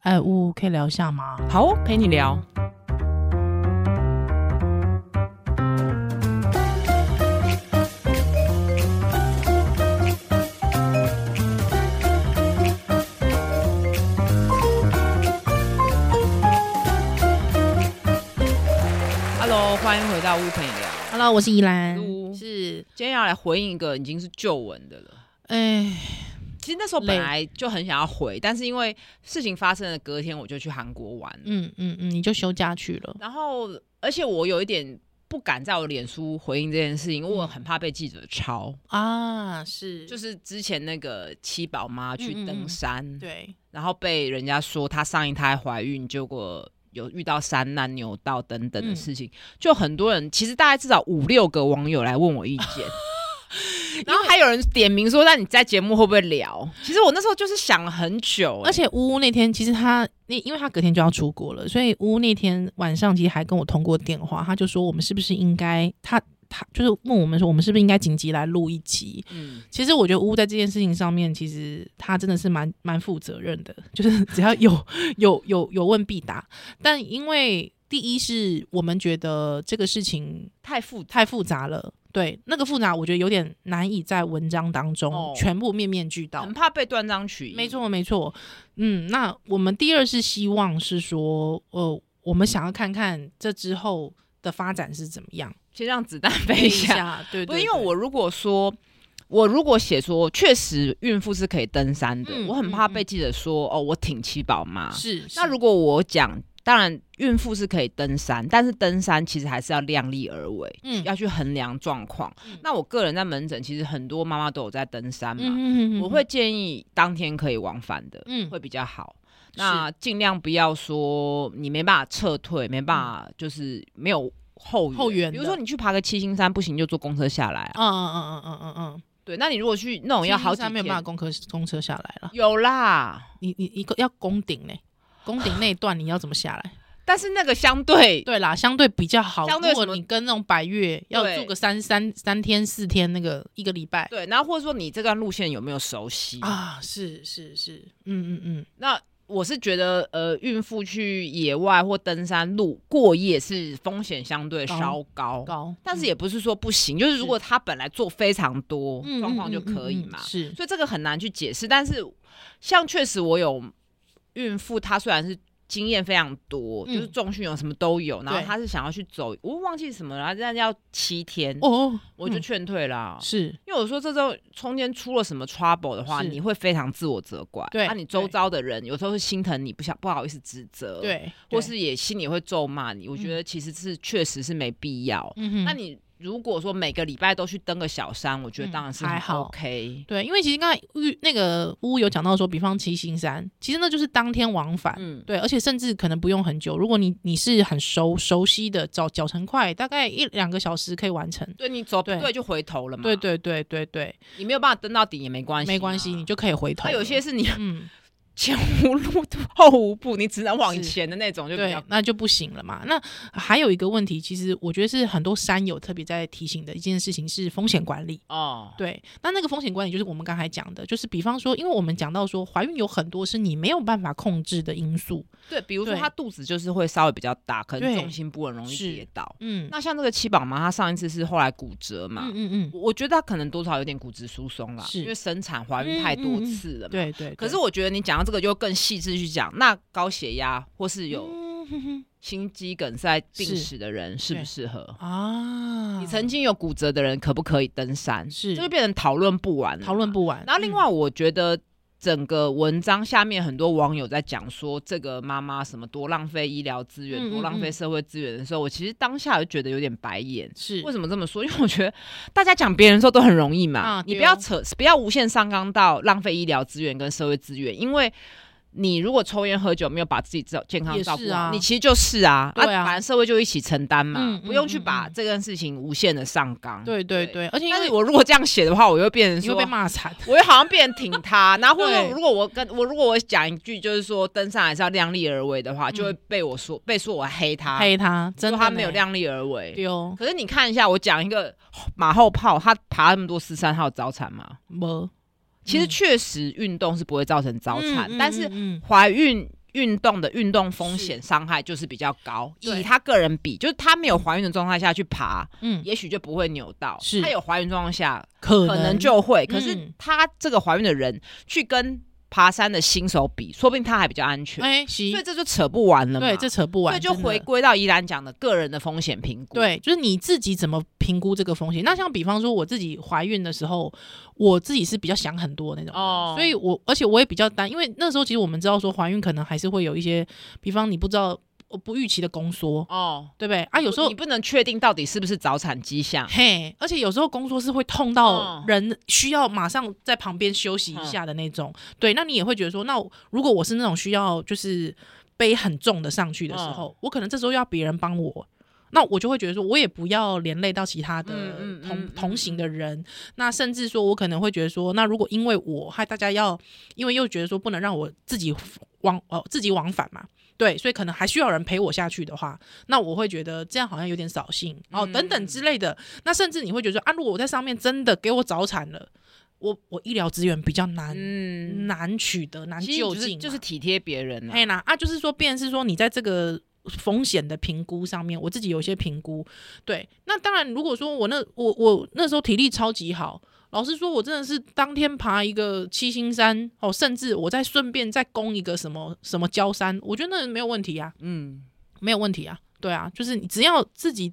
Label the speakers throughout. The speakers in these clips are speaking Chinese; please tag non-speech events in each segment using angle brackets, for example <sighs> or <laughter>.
Speaker 1: 哎，呜，可以聊一下吗？
Speaker 2: 好哦，陪你聊。Hello，欢迎回到屋陪你聊。
Speaker 1: Hello，我是依兰。
Speaker 2: 呜
Speaker 1: 是，
Speaker 2: 今天要来回应一个已经是旧闻的了。
Speaker 1: 哎，
Speaker 2: 其实那时候本来就很想要回，但是因为事情发生的隔天我就去韩国玩，
Speaker 1: 嗯嗯嗯，你就休假去了。
Speaker 2: 然后而且我有一点不敢在我脸书回应这件事情，因为我很怕被记者抄。
Speaker 1: 啊，是，
Speaker 2: 就是是之前那个七宝妈去登山，
Speaker 1: 嗯对，
Speaker 2: 然后被人家说她上一胎怀孕，结果有遇到山难、扭到等等的事情，就很多人其实大概至少五六个网友来问我意见。然后还有人点名说，那你在节目会不会聊？其实我那时候就是想了很久、欸
Speaker 1: 而且呜呜那天其实他那，因为他隔天就要出国了，所以呜呜那天晚上其实还跟我通过电话，他就说我们是不是应该他。他就是问我们说，我们是不是应该紧急来录一集？
Speaker 2: 嗯，
Speaker 1: 其实我觉得呜在这件事情上面，其实他真的是蛮蛮负责任的， <laughs> 就是只要有 <laughs> 有有有问必答。但因为第一是我们觉得这个事情
Speaker 2: 太复杂。
Speaker 1: 太复杂了，对那个复杂，我觉得有点难以在文章当中、
Speaker 2: 哦
Speaker 1: 全部面面俱到
Speaker 2: 很。怕被断章取义，
Speaker 1: 没，错，没错。嗯，那我们第二是希望是说，呃，我们想要看看这之后的发展是怎么
Speaker 2: <laughs>
Speaker 1: 样。
Speaker 2: 先让子弹飞一下。，
Speaker 1: 对
Speaker 2: 不
Speaker 1: 对
Speaker 2: 是
Speaker 1: 对，
Speaker 2: 因为我如果说，我如果写说确实孕妇是可以登山的，
Speaker 1: 嗯
Speaker 2: 我很怕
Speaker 1: 嗯
Speaker 2: 被记者说、哦，我挺七宝妈。
Speaker 1: 是
Speaker 2: 那如果我讲，当然孕妇是可以登山，但是登山其实还是要量力而为，
Speaker 1: 嗯
Speaker 2: 要去衡量状况。
Speaker 1: 嗯
Speaker 2: 那我个人在门诊，其实很多妈妈都有在登山嘛，
Speaker 1: 嗯
Speaker 2: 我会建议当天可以往返的，
Speaker 1: 嗯
Speaker 2: 会比较好。
Speaker 1: 是
Speaker 2: 那尽量不要说你没办法撤退，没办法就是没有后援。
Speaker 1: 后援
Speaker 2: 比如
Speaker 1: 的
Speaker 2: 说你去爬个七星山不行，就坐公车下来啊。
Speaker 1: 嗯嗯嗯嗯嗯嗯，
Speaker 2: 对，那你如果去那
Speaker 1: 我
Speaker 2: 种要好几
Speaker 1: 没有办法
Speaker 2: 天，
Speaker 1: 公车公车下来了。
Speaker 2: 有啦，
Speaker 1: 你你一个要攻顶嘞，攻顶那一段你要怎么下来？
Speaker 2: 但是那个相对
Speaker 1: <sighs> 对啦，相对比较好。
Speaker 2: 相对
Speaker 1: 如果
Speaker 2: 什么
Speaker 1: 你跟那种百越要
Speaker 2: 对
Speaker 1: 住个三三三天四天，那个一个礼拜
Speaker 2: <laughs> 对，然后或者说你这段路线有没有熟悉？
Speaker 1: 啊，是是是，嗯嗯嗯，
Speaker 2: 那我是觉得，呃，孕妇去野外或登山路过夜是风险相对
Speaker 1: 高
Speaker 2: 稍高，
Speaker 1: 高，嗯
Speaker 2: 但是也不是说不行，就是如果她本来做非常多
Speaker 1: 嗯
Speaker 2: 状况
Speaker 1: 嗯
Speaker 2: 就
Speaker 1: 嗯嗯
Speaker 2: 可以
Speaker 1: 嗯
Speaker 2: 嘛。
Speaker 1: 是，
Speaker 2: 所以这个很难去解释。但是像确实我有孕妇，她虽然是经验非常多，
Speaker 1: 嗯
Speaker 2: 就是重训有什么都有，然后
Speaker 1: 对
Speaker 2: 她是想要去走，我忘记什么了，但是要七天，
Speaker 1: 哦，
Speaker 2: 我就
Speaker 1: 嗯
Speaker 2: 劝退啦。
Speaker 1: 是
Speaker 2: 因为我说这周中间出了什么 trouble 的话，
Speaker 1: 是
Speaker 2: 你会非常自我责怪，啊
Speaker 1: 对
Speaker 2: 那、你周遭的人有时候会心疼你，不想不好意思指责，，
Speaker 1: 对，
Speaker 2: 呃或
Speaker 1: 对，
Speaker 2: 是也心里会咒骂你。我觉得其实是确实是没必要。
Speaker 1: 嗯哼，
Speaker 2: 那你如果说每个礼拜都去登个小山，我觉得
Speaker 1: 嗯
Speaker 2: 当然是
Speaker 1: 还
Speaker 2: 很
Speaker 1: 好
Speaker 2: OK。
Speaker 1: 对，因为其实刚才玉那个屋有讲到说，比方七星山，其实那就是当天往返。
Speaker 2: 嗯，
Speaker 1: 对，而且甚至可能不用很久。如果你你是很熟熟悉的，脚脚程快，大概一两个小时可以完成。
Speaker 2: 对你走不
Speaker 1: 对
Speaker 2: 对就回头了嘛。
Speaker 1: 对，对对对对，
Speaker 2: 你没有办法登到底也没嗯啊关系，啊
Speaker 1: 没关系，你。就可以回头
Speaker 2: 它
Speaker 1: 了。
Speaker 2: 有些是你
Speaker 1: 嗯，
Speaker 2: 前无路后无步，你只能往
Speaker 1: 是
Speaker 2: 前的那种，就比
Speaker 1: 对
Speaker 2: 较，
Speaker 1: 那就不行了嘛。那还有一个问题，其实我觉得是很多山友特别在提醒的一件事情是风险管理。
Speaker 2: 哦，
Speaker 1: 对，那那个风险管理就是我们刚才讲的，就是比方说，因为我们讲到说，怀孕有很多是你没有办法控制的因素。
Speaker 2: 对，比如说
Speaker 1: 对
Speaker 2: 她肚子就是会稍微比较大，可能
Speaker 1: 对
Speaker 2: 重心不稳，容易
Speaker 1: 是
Speaker 2: 跌倒。
Speaker 1: 嗯，
Speaker 2: 那像这个七宝妈，她上一次是后来骨折嘛，
Speaker 1: 嗯嗯
Speaker 2: 我我觉得她可能多少有点骨质疏松啦，
Speaker 1: 是
Speaker 2: 因为生产怀孕太多次了
Speaker 1: 嗯，
Speaker 2: 嘛。
Speaker 1: 对对。
Speaker 2: 可是
Speaker 1: 对
Speaker 2: 我觉得你讲到这个就更细致去讲，那高血压或是有
Speaker 1: 嗯哼哼
Speaker 2: 心肌梗塞病
Speaker 1: 是
Speaker 2: 史的人适不
Speaker 1: 对
Speaker 2: 适合？
Speaker 1: <laughs> 啊，
Speaker 2: 你曾经有骨折的人可不可以登山？
Speaker 1: 是
Speaker 2: 这就变成讨论不完了，
Speaker 1: 讨论。不完。
Speaker 2: 然后另
Speaker 1: 嗯
Speaker 2: 外，我觉得整个文章下面很多网友在讲说这个妈妈什么多浪费医疗资源、
Speaker 1: 嗯嗯
Speaker 2: 多浪费社会资源的时候，我其实当下就觉得有点白眼。
Speaker 1: 嗯是
Speaker 2: 为什么这么说？因 <laughs> 为我觉得大家讲别人的时候都很容易嘛，
Speaker 1: 啊
Speaker 2: 你
Speaker 1: 对哦
Speaker 2: 不要扯，不要无限上纲到浪费医疗资源跟社会资源，因为。你如果抽烟喝酒，没有把自己照健康
Speaker 1: 也
Speaker 2: 照顾
Speaker 1: 是
Speaker 2: 好，
Speaker 1: 啊
Speaker 2: 你其实就是啊，
Speaker 1: 对啊
Speaker 2: 反正社会就一起承担嘛，
Speaker 1: 嗯嗯
Speaker 2: 不用去把
Speaker 1: 嗯嗯
Speaker 2: 这件事情无限的上纲。
Speaker 1: 对对
Speaker 2: 对
Speaker 1: 对，而且因
Speaker 2: 但
Speaker 1: 为
Speaker 2: 是我如果这样写的话，我又变成
Speaker 1: 你
Speaker 2: 说
Speaker 1: 会被骂惨。
Speaker 2: <laughs> 我又好像变挺
Speaker 1: <laughs>
Speaker 2: 他，然后或者
Speaker 1: 对
Speaker 2: 如果我跟我如果我讲一句就是说登山还是要量力而为的话，
Speaker 1: 嗯
Speaker 2: 就会被我说被说我黑他，
Speaker 1: 黑他，真
Speaker 2: 说
Speaker 1: 的
Speaker 2: 他没有
Speaker 1: 呢
Speaker 2: 量力而为。
Speaker 1: 丢
Speaker 2: 可是你看一下，我讲一个马后炮，他爬那么多十三号早产嘛，
Speaker 1: 没
Speaker 2: 其实
Speaker 1: 嗯
Speaker 2: 确实运动是不会造成早产，
Speaker 1: 嗯嗯
Speaker 2: 但是
Speaker 1: 嗯嗯
Speaker 2: 怀孕运动的运动风险伤害就是比较高。以她个人比，就是她没有怀孕的状态下去爬，
Speaker 1: 嗯，
Speaker 2: 也许就不会扭到；
Speaker 1: 是
Speaker 2: 她有怀孕状况下，
Speaker 1: 可嗯
Speaker 2: 可能就会。可是她这个怀孕的人去跟爬山的新手比，说不定她还比较安全。
Speaker 1: 哎，行
Speaker 2: 所以这就扯不完了嘛。
Speaker 1: 对，这扯不完，
Speaker 2: 所以就
Speaker 1: 真的
Speaker 2: 回归到依兰讲的个人的风险评估。，
Speaker 1: 对，就是你自己怎么评估这个风险。那像比方说我自己怀孕的时候，我自己是比较想很多那种人，
Speaker 2: 哦
Speaker 1: 所以我而且我也比较担，因为那时候其实我们知道说怀孕可能还是会有一些，比方你不知道呃不预期的宫缩，
Speaker 2: 哦，
Speaker 1: 对不对？啊，有时候
Speaker 2: 你不能确定到底是不是早产迹象。
Speaker 1: 嘿，而且有时候工作是会痛
Speaker 2: 哦
Speaker 1: 到人需要马上在旁边休息一下的那种。
Speaker 2: 嗯
Speaker 1: 对，那你也会觉得说，那我如果我是那种需要就是背很重的上去的时
Speaker 2: 嗯
Speaker 1: 候，我可能这时候要别人帮我。那我就会觉得说，我也不要连累到其他的同、
Speaker 2: 嗯嗯嗯嗯
Speaker 1: 同行的人。那甚至说，我可能会觉得说，那如果因为我害大家要，因为又觉得说不能让我自己往呃自己往返嘛，对，所以可能还需要人陪我下去的话，那我会觉得这样好像有点扫兴哦，
Speaker 2: 嗯
Speaker 1: 等等之类的。那甚至你会觉得说啊，如果我在上面真的给我早产了，我我医疗资源比较难、
Speaker 2: 嗯，
Speaker 1: 难取得、难
Speaker 2: 其实
Speaker 1: 就
Speaker 2: 就
Speaker 1: 近
Speaker 2: 是
Speaker 1: 嘛，
Speaker 2: 就是体贴别人了。
Speaker 1: 哎啦啊，就是说，变成是说你在这个风险的评估上面，我自己有一些评估。对，那当然，如果说我那我我那时候体力超级好，老实说，我真的是当天爬一个七星山哦，甚至我再顺便再攻一个什么什么焦山，我觉得那没有问题啊。
Speaker 2: 嗯，
Speaker 1: 没有问题啊。对啊，就是你只要自己，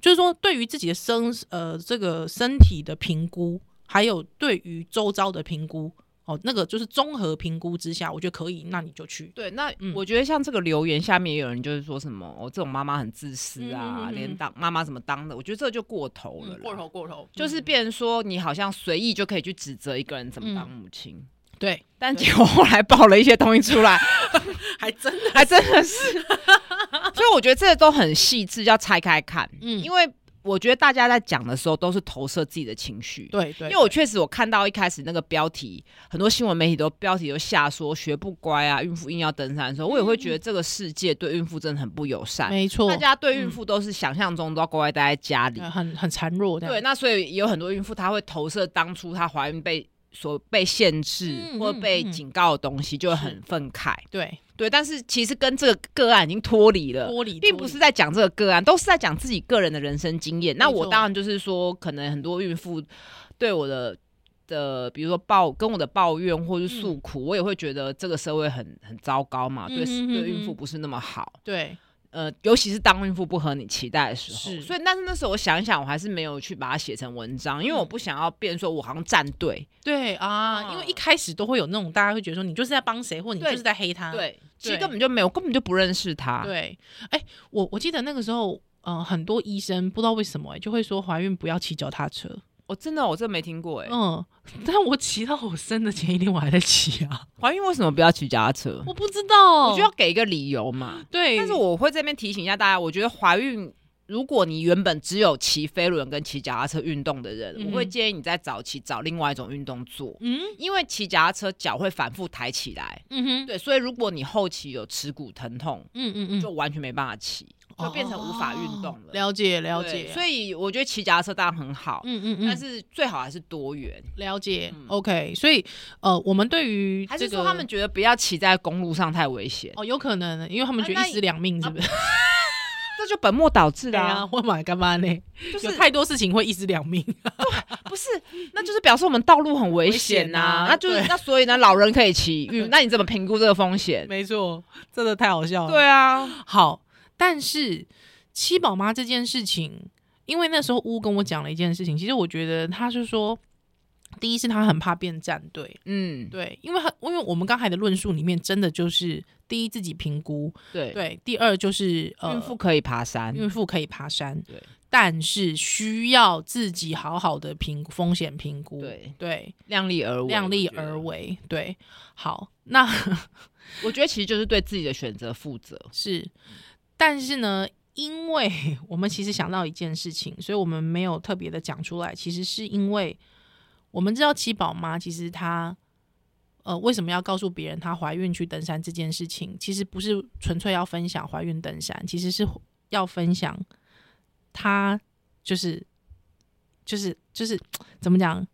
Speaker 1: 就是说对于自己的身呃这个身体的评估，还有对于周遭的评估，哦，那个就是综合评估之下，我觉得可以，那你就去。
Speaker 2: 对。那
Speaker 1: 嗯
Speaker 2: 我觉得像这个留言下面也有人就是说什么哦，这种妈妈很自私啊，
Speaker 1: 嗯嗯嗯嗯
Speaker 2: 连当妈妈怎么当的，我觉得这就嗯过头嗯了啦。
Speaker 1: 过头
Speaker 2: 就是变成说你好像随意就可以去指责一个人怎么当母亲。
Speaker 1: 对，
Speaker 2: 但结果后来爆了一些东西 <laughs> 出来，
Speaker 1: 还真的，
Speaker 2: 还真的是，所以我觉得这都很细致，要拆开看。
Speaker 1: 嗯，
Speaker 2: 因
Speaker 1: 为
Speaker 2: 为我觉得大家在讲的时候都是投射自己的情绪。
Speaker 1: 对对，
Speaker 2: 因为我确实我看到一开始那个标题，很多新闻媒体都标题都下说学不乖啊，孕妇硬要登山的时候，我也会觉得这个世界对孕妇真的很不友善。
Speaker 1: 没错
Speaker 2: 大，家对孕妇都是想象中都要乖乖待在家里，
Speaker 1: 呃很很孱弱这样，
Speaker 2: 对，嗯那所以有很多孕妇她会投射当初她怀孕被所被限制、
Speaker 1: 嗯
Speaker 2: 或被
Speaker 1: 嗯嗯
Speaker 2: 警告的东西，就会
Speaker 1: 是
Speaker 2: 很愤慨。
Speaker 1: 对
Speaker 2: 对，但是其实跟这个个案已经脱离了，
Speaker 1: 玻璃
Speaker 2: 并不是在讲这个个案，都是在讲自己个人的人生经验。那
Speaker 1: 没
Speaker 2: 我
Speaker 1: 错
Speaker 2: 当然就是说，可能很多孕妇对我的的，比如说抱跟我的抱怨或是诉苦，我也会觉得这个社会很很糟糕嘛，
Speaker 1: 嗯
Speaker 2: 对
Speaker 1: 嗯哼
Speaker 2: 对
Speaker 1: 哼
Speaker 2: 孕妇
Speaker 1: 哼
Speaker 2: 不是那么好。
Speaker 1: 对
Speaker 2: 呃，尤其是当孕妇不合你期待的时候，
Speaker 1: 是
Speaker 2: 所以但是那时候我想一想，我还是没有去把它写成文章，因为我
Speaker 1: 嗯
Speaker 2: 不想要变说我好像站队，
Speaker 1: 对啊，
Speaker 2: 嗯
Speaker 1: 因为一开始都会有那种大家会觉得说你就是在帮谁，或你就
Speaker 2: 对
Speaker 1: 是在黑他，
Speaker 2: 对，其
Speaker 1: 啊
Speaker 2: 实
Speaker 1: 对
Speaker 2: 根本就没有，我根本就不认识他，
Speaker 1: 对，哎、我我记得那个时候，呃，很多医生不知道为什么、哎，就会说怀孕不要骑脚踏车。
Speaker 2: 我真的我真的没听过哎、
Speaker 1: 嗯，但我骑到我生的前一天，我还在骑啊，
Speaker 2: 怀孕为什么不要骑脚踏车？
Speaker 1: 我不知道。
Speaker 2: 我就要给一个理由嘛。
Speaker 1: 对，
Speaker 2: 但是我会这边提醒一下大家，我觉得怀孕，如果你原本只有骑飞轮跟骑脚踏车运动的人，
Speaker 1: 嗯哼
Speaker 2: 我会建议你在早期找另外一种运动做，
Speaker 1: 嗯
Speaker 2: 因为骑脚踏车脚会反复抬起来，
Speaker 1: 嗯哼，
Speaker 2: 对，所以如果你后期有耻骨疼痛，
Speaker 1: 嗯嗯嗯，
Speaker 2: 就完全没办法骑，就变成无法运动
Speaker 1: 哦
Speaker 2: 了。
Speaker 1: 了解了
Speaker 2: 对
Speaker 1: 解，
Speaker 2: 所以我觉得骑脚踏车当然很好，
Speaker 1: 嗯嗯嗯，
Speaker 2: 但是最好还是多元。
Speaker 1: 了解、
Speaker 2: 嗯
Speaker 1: OK，所以呃，我们对于
Speaker 2: 还
Speaker 1: 这
Speaker 2: 是
Speaker 1: 个
Speaker 2: 说他们觉得不要骑在公路上太危险，
Speaker 1: 哦，有可能，因为他们
Speaker 2: 啊
Speaker 1: 觉
Speaker 2: 那
Speaker 1: 得一尸两命，是不是？
Speaker 2: 这就本末倒
Speaker 1: <laughs>
Speaker 2: 置
Speaker 1: 对
Speaker 2: 啦、
Speaker 1: 啊，我买干嘛呢？
Speaker 2: 就
Speaker 1: 啊有
Speaker 2: 是
Speaker 1: 太多事情会一尸两命， <laughs>
Speaker 2: <laughs> 不是，那就是表示我们道路很危险呐、
Speaker 1: 危险啊
Speaker 2: 那就是
Speaker 1: 对
Speaker 2: 那所以呢，老人可以骑
Speaker 1: <laughs>
Speaker 2: 孕，那你怎么评估这个风险？
Speaker 1: 没错，真的太好笑了。
Speaker 2: 对啊，
Speaker 1: 好，但是七宝妈这件事情，因为那时候乌跟我讲了一件事情，其实我觉得她是说，第一是她很怕变战队，
Speaker 2: 嗯，
Speaker 1: 对，因为她因为我们刚才的论述里面，真的就是第一自己评估，
Speaker 2: 对，
Speaker 1: 对，第二就是呃
Speaker 2: 孕妇可以爬山，
Speaker 1: 孕妇可以爬山，
Speaker 2: 对，
Speaker 1: 但是需要自己好好的评风险评估，
Speaker 2: 对
Speaker 1: 对，
Speaker 2: 量力而为，
Speaker 1: 量力
Speaker 2: 我觉得
Speaker 1: 而。为，对，好，那
Speaker 2: 我觉得其实就是对自己的选择负责。
Speaker 1: 是，但是呢，因为我们其实想到一件事情，所以我们没有特别的讲出来。其实是因为我们知道七宝妈其实她呃为什么要告诉别人她怀孕去登山这件事情，其实不是纯粹要分享怀孕登山，其实是要分享她就是就是就是怎么讲。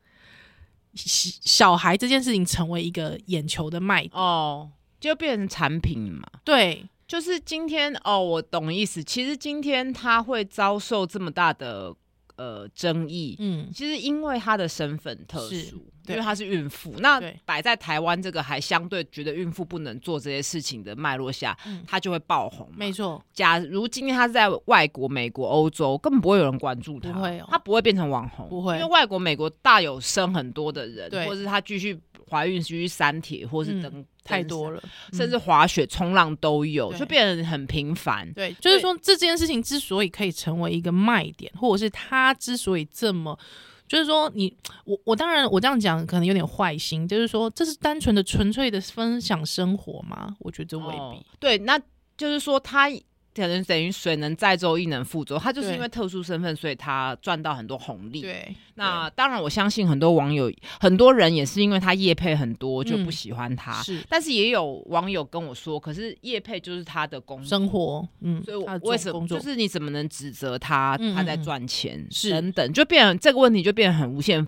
Speaker 1: 小小孩这件事情成为一个眼球的卖点，
Speaker 2: 哦，就变成产品嘛。
Speaker 1: 对，
Speaker 2: 就是今天哦，我懂意思。其实今天他会遭受这么大的呃争议，
Speaker 1: 嗯，
Speaker 2: 其实因为她的身份特
Speaker 1: 是
Speaker 2: 殊，因
Speaker 1: 对
Speaker 2: 为她是孕妇。那
Speaker 1: 对
Speaker 2: 摆在台湾这个还相对觉得孕妇不能做这些事情的脉络下
Speaker 1: 嗯，
Speaker 2: 她、就会爆红嘛。
Speaker 1: 没错，
Speaker 2: 假如今天她是在外国、美国、欧洲，根本不会有人关注她，
Speaker 1: 不会哦
Speaker 2: 她不会变成网红，
Speaker 1: 不会
Speaker 2: 因为外国、美国大有生很多的人，
Speaker 1: 对
Speaker 2: 或者是她继续怀孕、继续删帖，或是
Speaker 1: 嗯
Speaker 2: 登、
Speaker 1: 太多
Speaker 2: 了，
Speaker 1: 了，
Speaker 2: 甚
Speaker 1: 嗯
Speaker 2: 至滑雪、冲浪都有，
Speaker 1: 对
Speaker 2: 就变得很频繁。
Speaker 1: 对，就是
Speaker 2: 对
Speaker 1: 说这件事情之所以可以成为一个卖点，或者是他之所以这么，就是说你我我当然我这样讲可能有点坏心，就是说这是单纯的纯粹的分享生活吗？我觉得未必。
Speaker 2: 哦对，那就是说他可能等于水能载舟，亦能覆舟。他就是
Speaker 1: 对
Speaker 2: 因为特殊身份，所以他赚到很多红利。，
Speaker 1: 对，
Speaker 2: 那当然我相信很多网友、很多人也是因为他业配很多就
Speaker 1: 嗯
Speaker 2: 不喜欢他，
Speaker 1: 是
Speaker 2: 但是也有网友跟我说，可是业配就是他的工作。
Speaker 1: 生活，嗯，
Speaker 2: 所以我
Speaker 1: 他的
Speaker 2: 为什么
Speaker 1: 工作
Speaker 2: 就是你怎么能指责他
Speaker 1: 嗯
Speaker 2: 他在
Speaker 1: 嗯嗯
Speaker 2: 赚钱
Speaker 1: 是嗯
Speaker 2: 等等，就变成这个问题就变得很无限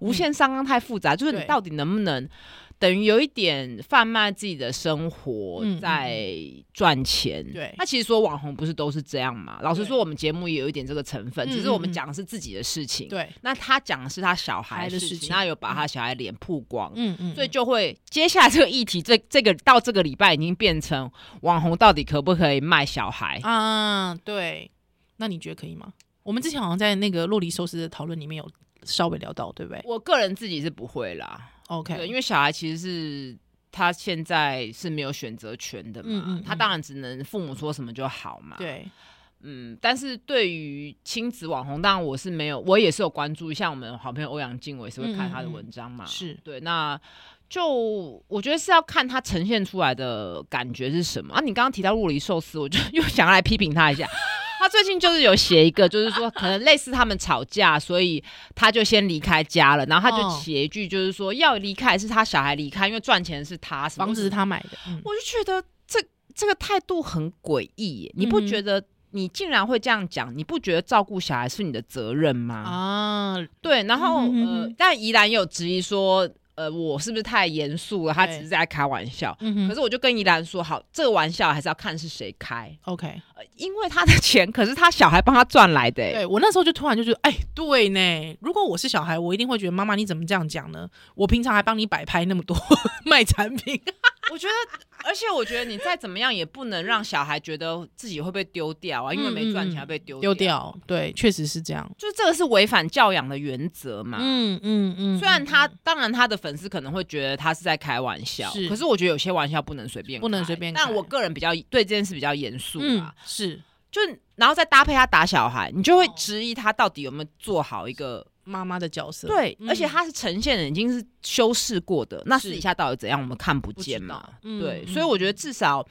Speaker 2: 无限上纲太复杂，就是你
Speaker 1: 对
Speaker 2: 到底能不能等于有一点贩卖自己的生活
Speaker 1: 嗯嗯嗯
Speaker 2: 在赚钱？
Speaker 1: 对
Speaker 2: 那其实说网红不是都是这样嘛？老实
Speaker 1: 对
Speaker 2: 说，我们节目也有一点这个成分，
Speaker 1: 嗯
Speaker 2: 只是我们
Speaker 1: 嗯嗯
Speaker 2: 讲的是自己的事情。
Speaker 1: 对，
Speaker 2: 那他讲的是他小孩
Speaker 1: 孩
Speaker 2: 的
Speaker 1: 的
Speaker 2: 事
Speaker 1: 事
Speaker 2: 情，
Speaker 1: 情
Speaker 2: 那有把他小孩脸曝光。
Speaker 1: 嗯嗯，
Speaker 2: 所以
Speaker 1: 嗯
Speaker 2: 就会接下来这个议题，这这个到这个礼拜已经变成网红到底可不可以卖小孩？
Speaker 1: 啊，对，那你觉得可以吗？我们之前好像在那个洛梨寿司的讨论里面有稍微聊到，对不对
Speaker 2: 我个人自己是不会啦，对，
Speaker 1: ？OK，
Speaker 2: 因为小孩其实是他现在是没有选择权的嘛，
Speaker 1: 嗯嗯嗯
Speaker 2: 他当然只能父母说什么就好嘛。，
Speaker 1: 对，
Speaker 2: 嗯，但是对于亲子网红，当然我是没有，我也是有关注，像我们好朋友欧阳靖，我
Speaker 1: 嗯
Speaker 2: 也是会看他的文章嘛。
Speaker 1: 是
Speaker 2: 对，那就我觉得是要看他呈现出来的感觉是什么啊。你刚刚提到洛梨寿司，我就 <laughs> 又想要来批评他一下。他最近就是有写一个，就是说可能类似他们吵架，所以他就先离开家了，然后他就
Speaker 1: 哦
Speaker 2: 写一句，就是说、要离开还是他小孩离开，因为赚钱是他，什么
Speaker 1: 房子是他买的，嗯
Speaker 2: 我就觉得这这个态度很诡异耶，你不
Speaker 1: 嗯哼
Speaker 2: 觉得？你竟然会这样讲，你不觉得照顾小孩是你的责任吗？
Speaker 1: 啊，
Speaker 2: 对，然后、
Speaker 1: 嗯哼哼
Speaker 2: 呃
Speaker 1: 哼，
Speaker 2: 但宜兰也有质疑说，呃，我是不是太严肃了？他只
Speaker 1: 对
Speaker 2: 是在开玩笑。
Speaker 1: 嗯
Speaker 2: 可
Speaker 1: 哼
Speaker 2: 是我就跟宜兰说，好，这个玩笑还是要看是谁开，
Speaker 1: ，OK，
Speaker 2: 呃因为他的钱可是他小孩帮他赚来的、欸。
Speaker 1: 对我那时候就突然就觉得，哎，对呢，如果我是小孩，我一定会觉得妈妈你怎么这样讲呢？我平常还帮你摆拍那么多 <laughs> 卖产品，
Speaker 2: 我觉得，而且我觉得你再怎么样也不能让小孩觉得自己会被丢掉啊，因为没赚
Speaker 1: 嗯嗯嗯
Speaker 2: 钱还被丢
Speaker 1: 丢。掉，对，确实是这样，
Speaker 2: 就是这个是违反教养的原则嘛。
Speaker 1: 嗯嗯嗯，
Speaker 2: 虽然他当然他的粉丝可能会觉得他是在开玩笑，
Speaker 1: 是
Speaker 2: 可是我觉得有些玩笑不能随便开，
Speaker 1: 不能随便开
Speaker 2: 但我个人比较对这件事比较严肃
Speaker 1: 嗯
Speaker 2: 啊，
Speaker 1: 是
Speaker 2: 就是然后再搭配他打小孩，你就会
Speaker 1: 哦
Speaker 2: 质疑他到底有没有做好一个、
Speaker 1: 妈妈的角色，
Speaker 2: 对，
Speaker 1: 嗯
Speaker 2: 而且他是呈现的已经是修饰过的，那私
Speaker 1: 是
Speaker 2: 底下到底怎样我们看不
Speaker 1: 不
Speaker 2: 见
Speaker 1: 知
Speaker 2: 嘛
Speaker 1: 道？嗯
Speaker 2: 对，
Speaker 1: 嗯
Speaker 2: 所以我觉得至少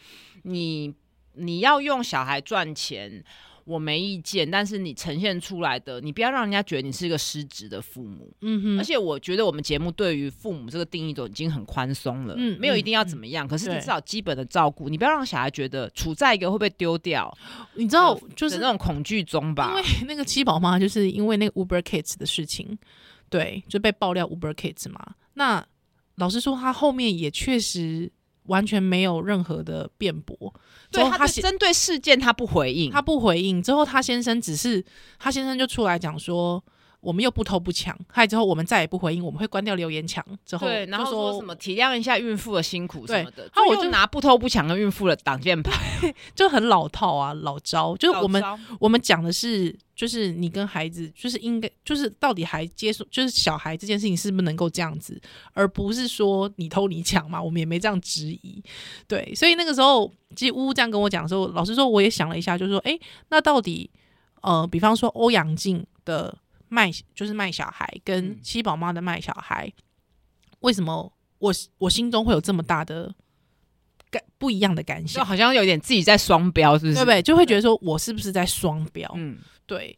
Speaker 2: 你你要用小孩赚钱。我没意见，但是你呈现出来的，你不要让人家觉得你是一个失职的父母。
Speaker 1: 嗯哼，
Speaker 2: 而且我觉得我们节目对于父母这个定义都已经很宽松了，
Speaker 1: 嗯
Speaker 2: 没有一
Speaker 1: 嗯
Speaker 2: 定要怎么样，可是你
Speaker 1: 对
Speaker 2: 至少基本的照顾，你不要让小孩觉得处在一个会被丢掉
Speaker 1: 你知道就
Speaker 2: 的
Speaker 1: 是
Speaker 2: 那种恐惧中吧。
Speaker 1: 因为那个七宝妈就是因为那个 Uber Kids 的事情，对，就被爆料 Uber Kids 嘛。那老实说，他后面也确实完全没有任何的辩驳。之
Speaker 2: 对
Speaker 1: 后
Speaker 2: 他
Speaker 1: 他
Speaker 2: 对
Speaker 1: 先
Speaker 2: 针对事件他不回应，
Speaker 1: 他不回应，之后他先生只是他先生就出来讲说。我们又不偷不抢，害之后我们再也不回应，我们会关掉留言墙。之后
Speaker 2: 对，然后
Speaker 1: 就
Speaker 2: 说
Speaker 1: 说
Speaker 2: 什么体谅一下孕妇的辛苦什
Speaker 1: 对
Speaker 2: 么的，
Speaker 1: 那
Speaker 2: 就
Speaker 1: 我
Speaker 2: 又
Speaker 1: 就
Speaker 2: 拿不偷不抢跟孕妇的挡箭牌，
Speaker 1: 就很老套啊，老招。就是我们
Speaker 2: 老招
Speaker 1: 我们讲的是，就是你跟孩子，就是应该，就是到底还接受，就是小孩这件事情是不是能够这样子，而不是说你偷你抢嘛，我们也没这样质疑。对，所以那个时候，其实呜呜这样跟我讲的时候，老实说，我也想了一下，就是说，诶，那到底，呃，比方说欧阳靖的卖，就是卖小孩，跟
Speaker 2: 嗯
Speaker 1: 七宝妈的卖小孩，为什么我我心中会有这么大的感不一样的感
Speaker 2: 就
Speaker 1: 想？
Speaker 2: 好像有点自己在双标，是不是？
Speaker 1: 对不对？嗯就会觉得说我是不是在双标？
Speaker 2: 嗯，
Speaker 1: 对，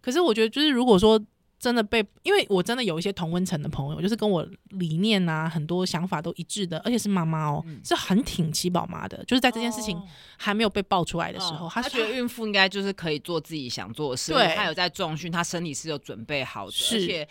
Speaker 1: 可是我觉得就是如果说真的被，因为我真的有一些同温层的朋友，就是跟我理念啊很多想法都一致的，而且是妈妈哦，
Speaker 2: 嗯
Speaker 1: 是很挺七宝妈的，就是在这件事情
Speaker 2: 哦
Speaker 1: 还没有被爆出来的时候，
Speaker 2: 嗯
Speaker 1: 她
Speaker 2: 他觉得孕妇应该就是可以做自己想做的事，
Speaker 1: 对
Speaker 2: 他有在重训，他身体是有准备好的，
Speaker 1: 是
Speaker 2: 而且。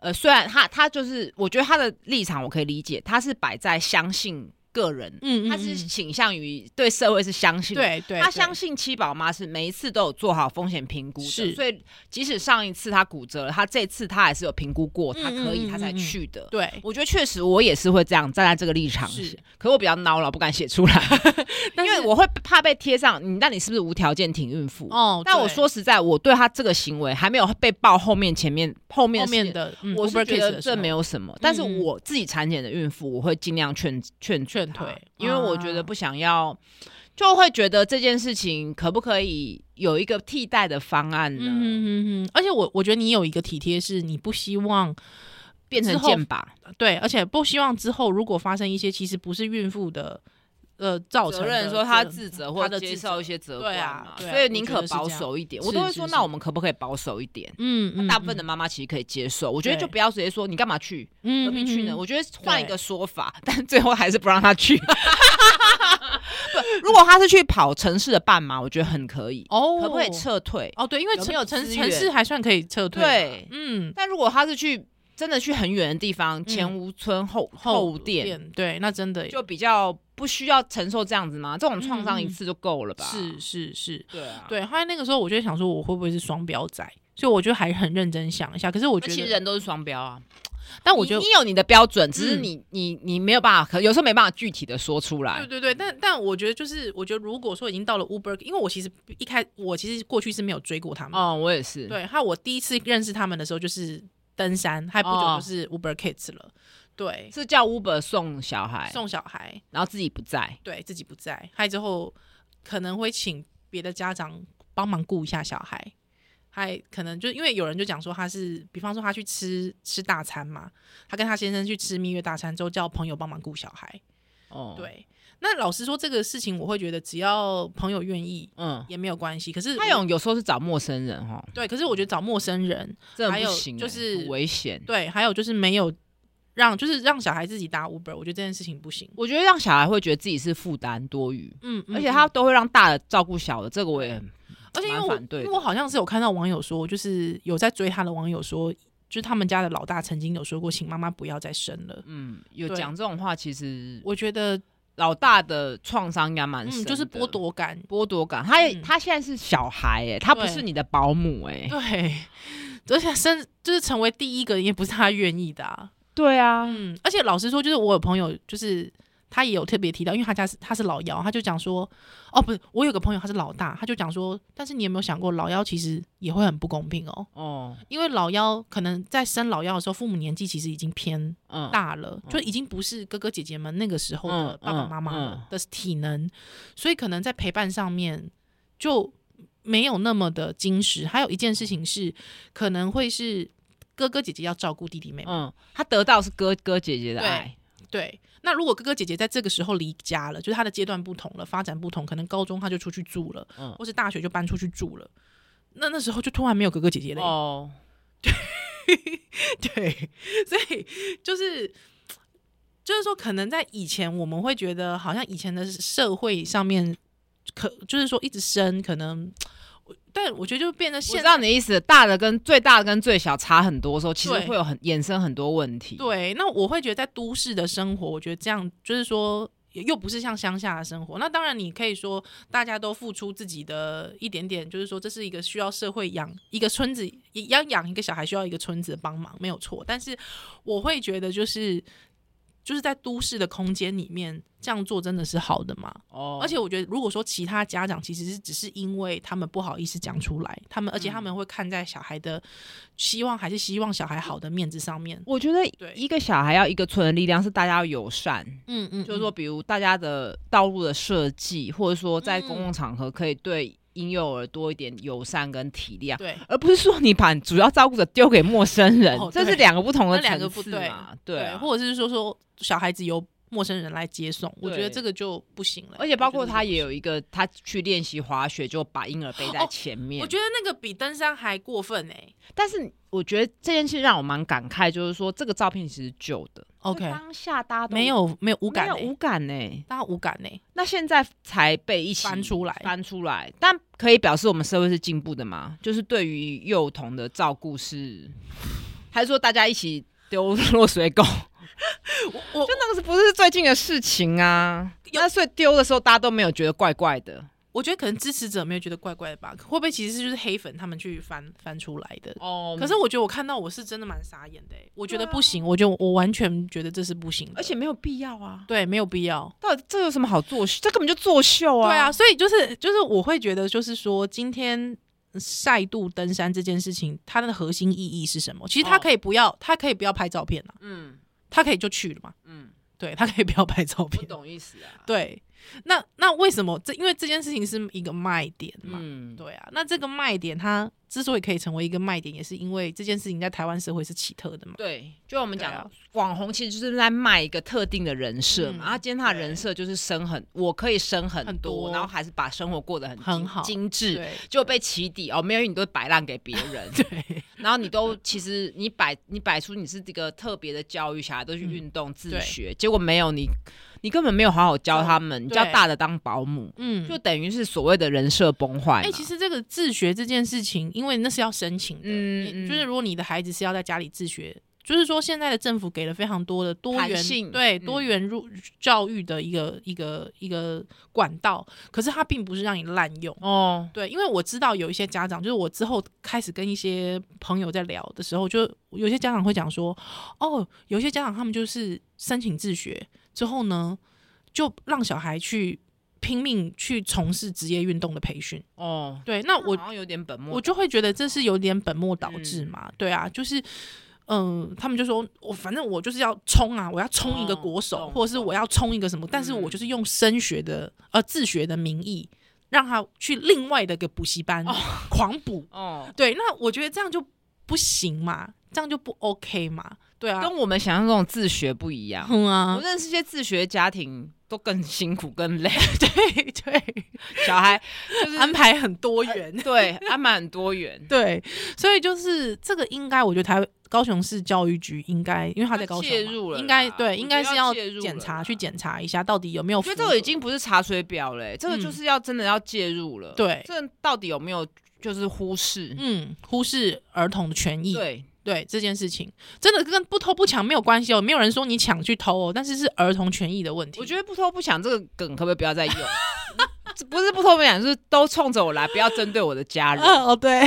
Speaker 2: 呃，虽然他他就是，我觉得他的立场我可以理解，他是摆在相信个人，
Speaker 1: 嗯
Speaker 2: 他是倾向于对社会是相信的。
Speaker 1: 对对，
Speaker 2: 他相
Speaker 1: 信
Speaker 2: 信七宝妈是每一次都有做好风险评估的，
Speaker 1: 是
Speaker 2: 所以即使上一次他骨折了，他这次他还是有评估过，
Speaker 1: 嗯
Speaker 2: 他可
Speaker 1: 嗯嗯
Speaker 2: 以，他才
Speaker 1: 嗯嗯
Speaker 2: 去的。
Speaker 1: 对，
Speaker 2: 我觉得确实，我也是会这样站在这个立场
Speaker 1: 是，
Speaker 2: 可是我比较孬了，不敢写出来，因
Speaker 1: <laughs> 但
Speaker 2: 为
Speaker 1: 是
Speaker 2: 我会怕被贴上你，那你是不是无条件挺孕妇？
Speaker 1: 哦，
Speaker 2: 但我
Speaker 1: 对
Speaker 2: 说实在，我对他这个行为还没有被爆后面前面后面
Speaker 1: 后
Speaker 2: 是
Speaker 1: 面的，嗯
Speaker 2: 我是
Speaker 1: Uber
Speaker 2: 觉
Speaker 1: Kiss
Speaker 2: 得
Speaker 1: 的
Speaker 2: 这没
Speaker 1: 有
Speaker 2: 有什么，但是
Speaker 1: 嗯嗯
Speaker 2: 我自己产检的孕妇，我会尽量劝劝
Speaker 1: 劝
Speaker 2: 她
Speaker 1: 退
Speaker 2: 因为我觉
Speaker 1: 啊
Speaker 2: 得不想要，就会觉得这件事情可不可以有一个替代的方案
Speaker 1: 嗯
Speaker 2: 呢？
Speaker 1: 嗯嗯嗯，而且我我觉得你有一个体贴，是你不希望
Speaker 2: 变成
Speaker 1: 之后
Speaker 2: 剑靶
Speaker 1: 对，而且不希望之后如果发生一些其实不是孕妇的呃造成
Speaker 2: 责
Speaker 1: 的
Speaker 2: 任，说
Speaker 1: 这
Speaker 2: 他
Speaker 1: 种
Speaker 2: 自责
Speaker 1: 他
Speaker 2: 或
Speaker 1: 的
Speaker 2: 接
Speaker 1: 自
Speaker 2: 受
Speaker 1: 责
Speaker 2: 一些责
Speaker 1: 对
Speaker 2: 怪
Speaker 1: 啊
Speaker 2: 嘛，
Speaker 1: 对啊
Speaker 2: 所以
Speaker 1: 我
Speaker 2: 宁
Speaker 1: 觉
Speaker 2: 可
Speaker 1: 得是
Speaker 2: 保
Speaker 1: 这样
Speaker 2: 守一点。
Speaker 1: 是
Speaker 2: 我都会
Speaker 1: 是
Speaker 2: 说，
Speaker 1: 是
Speaker 2: 那我们可不可以保守一点？
Speaker 1: 嗯嗯，
Speaker 2: 大部分的
Speaker 1: 嗯
Speaker 2: 妈妈其实可以接受，我觉得就
Speaker 1: 对
Speaker 2: 不要直接说你干嘛去，
Speaker 1: 嗯
Speaker 2: 何必去呢？
Speaker 1: 嗯嗯
Speaker 2: 我觉得换一
Speaker 1: 对
Speaker 2: 个说法， <laughs> 但最后还是不让他去。 <laughs> 不，如果他是去跑城市的半马，我觉得很可以，
Speaker 1: 哦，
Speaker 2: 可不可以？撤退？
Speaker 1: 哦，对，因为
Speaker 2: 有
Speaker 1: 城
Speaker 2: 没有
Speaker 1: 城
Speaker 2: 资
Speaker 1: 城
Speaker 2: 源
Speaker 1: 市还算可以撤退，，
Speaker 2: 对，
Speaker 1: 嗯，
Speaker 2: 但如果他是去真的去很远的地方，前无村后后店，
Speaker 1: 对，那真的
Speaker 2: 就比较不需要承受这样子吗？这种创伤一次就够了吧？
Speaker 1: 嗯是，是是，
Speaker 2: 对啊，。
Speaker 1: 对。后来那个时候，我就想说，我会不会是双标仔？所以我就还很认真想一下。可是我觉
Speaker 2: 其实
Speaker 1: 得，
Speaker 2: 人都是双标啊，
Speaker 1: 但我觉得
Speaker 2: 你，你有你的标准，只是
Speaker 1: 嗯
Speaker 2: 你、你你没有办法，可有时候没办法具体的说出来
Speaker 1: 对。对对，但但我觉得就是，我觉得如果说已经到了 Uber，因为我其实一开，我其实过去是没有追过他们。
Speaker 2: 哦，我也是。
Speaker 1: 对，还有我第一次认识他们的时候，就是登山，还不久
Speaker 2: 哦
Speaker 1: 就是 Uber Kids 了。对，
Speaker 2: 是叫 Uber 送小孩，
Speaker 1: 送小孩，
Speaker 2: 然后自己不在。
Speaker 1: 对自己不在，还之后可能会请别的家长帮忙顾一下小孩，还可能就因为有人就讲说他是，比方说他去吃吃大餐嘛，他跟他先生去吃蜜月大餐之后，叫朋友帮忙顾小孩。
Speaker 2: 哦，，
Speaker 1: 对，那老实说这个事情，我会觉得只要朋友愿意
Speaker 2: 嗯，
Speaker 1: 也没有关系。可是
Speaker 2: 他
Speaker 1: 我
Speaker 2: 有有时候是找陌生人哈，
Speaker 1: 对，可是我觉得找陌生人，
Speaker 2: 真
Speaker 1: 还
Speaker 2: 的
Speaker 1: 有
Speaker 2: 不行欸，
Speaker 1: 就是
Speaker 2: 很危险。
Speaker 1: 对，还有就是没有让就是让小孩自己搭 Uber，我觉得这件事情不行。
Speaker 2: 我觉得让小孩会觉得自己是负担多余，
Speaker 1: 嗯，嗯
Speaker 2: 而且
Speaker 1: 嗯
Speaker 2: 他都会让大的照顾小的，这个我也
Speaker 1: 而且因为
Speaker 2: 蛮
Speaker 1: 我
Speaker 2: 反对
Speaker 1: 因
Speaker 2: 的
Speaker 1: 为我好像是有看到网友说，就是有在追他的网友说，就是他们家的老大曾经有说过，请妈妈不要再生了。
Speaker 2: 嗯有
Speaker 1: 对
Speaker 2: 讲这种话，其实
Speaker 1: 我觉得，
Speaker 2: 老大的创伤应该蛮深
Speaker 1: 嗯，
Speaker 2: 的，
Speaker 1: 就是剥夺感，
Speaker 2: 剥夺感。他也
Speaker 1: 嗯
Speaker 2: 他现在是小孩哎，他不
Speaker 1: 对
Speaker 2: 是你的保姆哎，
Speaker 1: 对，而且生就是成为第一个也不是他愿意的、啊，
Speaker 2: 对啊，
Speaker 1: 嗯，而且老实说，就是我有朋友，就是他也有特别提到，因为他家是他是老幺，他就讲说，哦，不是，我有个朋友他是老大，他就讲说，但是你有没有想过，老幺其实也会很不公平哦，
Speaker 2: 哦，
Speaker 1: 因为老幺可能在生老幺的时候，父母年纪其实已经偏
Speaker 2: 嗯，
Speaker 1: 大了，
Speaker 2: 嗯
Speaker 1: 就已经不是哥哥姐姐们那个时候的
Speaker 2: 嗯
Speaker 1: 爸爸妈妈
Speaker 2: 嗯
Speaker 1: 了的体能，所以可能在陪伴上面就没有那么的矜持。还有一件事情是，可能会是哥哥姐姐要照顾弟弟妹妹。
Speaker 2: 嗯，他得到是哥哥姐姐的
Speaker 1: 对
Speaker 2: 爱，
Speaker 1: 对，那如果哥哥姐姐在这个时候离家了，就是他的阶段不同了，发展不同，可能高中他就出去住了，
Speaker 2: 嗯
Speaker 1: 或是大学就搬出去住了。那那时候就突然没有哥哥姐姐了耶，
Speaker 2: 哦，
Speaker 1: <laughs> 对，所以就是就是说，可能在以前我们会觉得，好像以前的社会上面，可就是说一直生，可能，但我觉得就变得
Speaker 2: 我
Speaker 1: 现
Speaker 2: 知道你的意思，大的跟最大的跟最小差很多的时候，其实
Speaker 1: 对
Speaker 2: 会有很衍生很多问题。，
Speaker 1: 对。那我会觉得在都市的生活，我觉得这样就是说。又不是像乡下的生活，那当然你可以说大家都付出自己的一点点，就是说这是一个需要社会养一个村子，也要养一个小孩需要一个村子的帮忙，没有错。但是我会觉得就是就是在都市的空间里面这样做真的是好的吗？
Speaker 2: 哦
Speaker 1: 而且我觉得，如果说其他家长其实是只是因为他们不好意思讲出来，他们而且他们会看在小孩的希望还是希望小孩好的面子上面，
Speaker 2: 我觉得
Speaker 1: 对
Speaker 2: 一个小孩要一个村的力量是大家要友善，
Speaker 1: 嗯嗯
Speaker 2: 就是说，比如大家的道路的设计，或者说在公
Speaker 1: 嗯
Speaker 2: 共场合可以对婴幼儿多一点友善跟体谅。 <laughs>
Speaker 1: 对
Speaker 2: 而不是说你把主要照顾者丢给陌生人，
Speaker 1: 哦
Speaker 2: 这
Speaker 1: 对
Speaker 2: 是两个不同的
Speaker 1: 那两个
Speaker 2: 层
Speaker 1: 不
Speaker 2: 次
Speaker 1: 对
Speaker 2: 嘛？对啊，
Speaker 1: 或者是说说小孩子由陌生人来接送，我觉得
Speaker 2: 对
Speaker 1: 这个就不行了。
Speaker 2: 而且包
Speaker 1: 我
Speaker 2: 括
Speaker 1: 觉得
Speaker 2: 他
Speaker 1: 这个
Speaker 2: 也有一个，他去练习滑雪就把婴儿背在
Speaker 1: 哦
Speaker 2: 前
Speaker 1: 不行，
Speaker 2: 面。
Speaker 1: 我觉得那个比登山还过分哎、
Speaker 2: 但是我觉得这件事让我蛮感慨，就是说这个照片其实旧的
Speaker 1: OK，
Speaker 2: 就当下大家都
Speaker 1: 没有没有无感哎、
Speaker 2: 没有无感欸呢、
Speaker 1: 大家无感哎、
Speaker 2: 那现在才被一起
Speaker 1: 翻出来
Speaker 2: 翻出来，但可以表示我们社会是进步的吗？就是对于幼童的照顾是，还是说大家一起丢落水狗？
Speaker 1: <laughs> 我我
Speaker 2: 就那个是不是最近的事情啊？那所以丢的时候大家都没有觉得怪怪的
Speaker 1: 我觉得可能支持者没有觉得怪怪的吧，会不会其实就是黑粉他们去翻翻出来的？
Speaker 2: 哦啊
Speaker 1: 可是我觉得我看到我是真的蛮傻眼的、欸，我觉得不行，我就我完全觉得这是不行的，
Speaker 2: 而且没有必要啊。
Speaker 1: 对没有必要。
Speaker 2: 到底这有什么好作秀？这根本就作秀啊！
Speaker 1: 对啊，，所以就是就是我会觉得，就是说今天晒度登山这件事情，它的核心意义是什么？其实他
Speaker 2: 哦
Speaker 1: 可以不要，他可以不要拍照片啊，
Speaker 2: 嗯
Speaker 1: 他可以就去了嘛， <laughs>
Speaker 2: 嗯，
Speaker 1: 对他可以不要拍照
Speaker 2: 不
Speaker 1: 片。
Speaker 2: 懂意思啊。
Speaker 1: 对，那那为什么这？因为这件事情是一个卖点嘛，
Speaker 2: 嗯，
Speaker 1: 对啊。那这个卖点它之所以可以成为一个卖点，也是因为这件事情在台湾社会是奇特的嘛。
Speaker 2: 对，就我们讲、
Speaker 1: 对啊
Speaker 2: 网红其实就是在卖一个特定的人设嘛。
Speaker 1: 嗯
Speaker 2: 啊，今天他的人设就是生很，我可以生很
Speaker 1: 很
Speaker 2: 多，
Speaker 1: 多
Speaker 2: 然后还是把生活过得很
Speaker 1: 很
Speaker 2: 精
Speaker 1: 好
Speaker 2: 精致。
Speaker 1: 对 <laughs>
Speaker 2: 就被起底哦，没有，因为你都摆烂给别人，
Speaker 1: 对
Speaker 2: 然后你都其实你摆你摆出你是这个特别的教育，小孩都去
Speaker 1: 嗯
Speaker 2: 运动自
Speaker 1: 对
Speaker 2: 学，结果没有你，你根本没有好好教他们，你
Speaker 1: 对
Speaker 2: 教大的当保姆，
Speaker 1: 嗯，
Speaker 2: 就等于是所谓的人设崩坏嘛。
Speaker 1: 哎、其实这个自学这件事情，因为那是要申请的，
Speaker 2: 嗯嗯
Speaker 1: 就是如果你的孩子是要在家里自学，就是说现在的政府给了非常多的多
Speaker 2: 弹
Speaker 1: 元
Speaker 2: 性
Speaker 1: 对
Speaker 2: 嗯
Speaker 1: 多元入教育的一个一个一个管道，可是它并不是让你滥用。
Speaker 2: 哦，
Speaker 1: 对，因为我知道有一些家长，就是我之后开始跟一些朋友在聊的时候，就有些家长会讲说，哦，有些家长他们就是申请自学之后呢，就让小孩去拼命去从事职业运动的培训。
Speaker 2: 哦，
Speaker 1: 对，那我
Speaker 2: 好嗯像有点本末
Speaker 1: 我就会觉得这是有点本末倒置嘛。对啊，就是嗯、他们就说我反正我就是要冲啊，我要冲一个
Speaker 2: 哦
Speaker 1: 国手，
Speaker 2: 懂嗯
Speaker 1: 或者是我要冲一个什么，但是我就是用升学的呃自学的名义，让他去另外的一个补习班、
Speaker 2: 哦
Speaker 1: 狂补。
Speaker 2: 哦，
Speaker 1: 对，那我觉得这样就不行嘛，这样就不 OK 嘛。对啊，
Speaker 2: 跟我们想象中的自学不一样。
Speaker 1: 嗯
Speaker 2: 我
Speaker 1: 啊，
Speaker 2: 认识一些自学家庭都更辛苦、更累，
Speaker 1: <laughs> 对对，
Speaker 2: 小孩就是
Speaker 1: 安排很多元。
Speaker 2: 对安排很多
Speaker 1: <laughs>
Speaker 2: 元。
Speaker 1: 对，所以就是这个应该，我觉得台高雄市教育局应该，因为他在高雄
Speaker 2: 要介
Speaker 1: 嘛
Speaker 2: 入了
Speaker 1: 应该
Speaker 2: 啦我
Speaker 1: 对，
Speaker 2: 觉
Speaker 1: 应该
Speaker 2: 得
Speaker 1: 是
Speaker 2: 要
Speaker 1: 要
Speaker 2: 介入
Speaker 1: 检
Speaker 2: 了
Speaker 1: 查
Speaker 2: 啦
Speaker 1: 去检查一下到底有没有
Speaker 2: 我
Speaker 1: 符
Speaker 2: 觉
Speaker 1: 合。
Speaker 2: 得这个已经不是查水表嘞、这个
Speaker 1: 嗯
Speaker 2: 就是要真的要介入了。
Speaker 1: 对
Speaker 2: 这到底有没有就是忽视？
Speaker 1: 嗯忽视儿童的权益，
Speaker 2: 对，
Speaker 1: 对这件事情，真的跟不偷不抢没有关系哦，没有人说你抢去偷哦，但是是儿童权益的问题。
Speaker 2: 我觉得不偷不抢这个梗可不可以不要再用？ <laughs> 这不是不偷不抢，是都冲着我来，不要针对我的
Speaker 1: <laughs>
Speaker 2: 家人。
Speaker 1: <laughs> 哦对，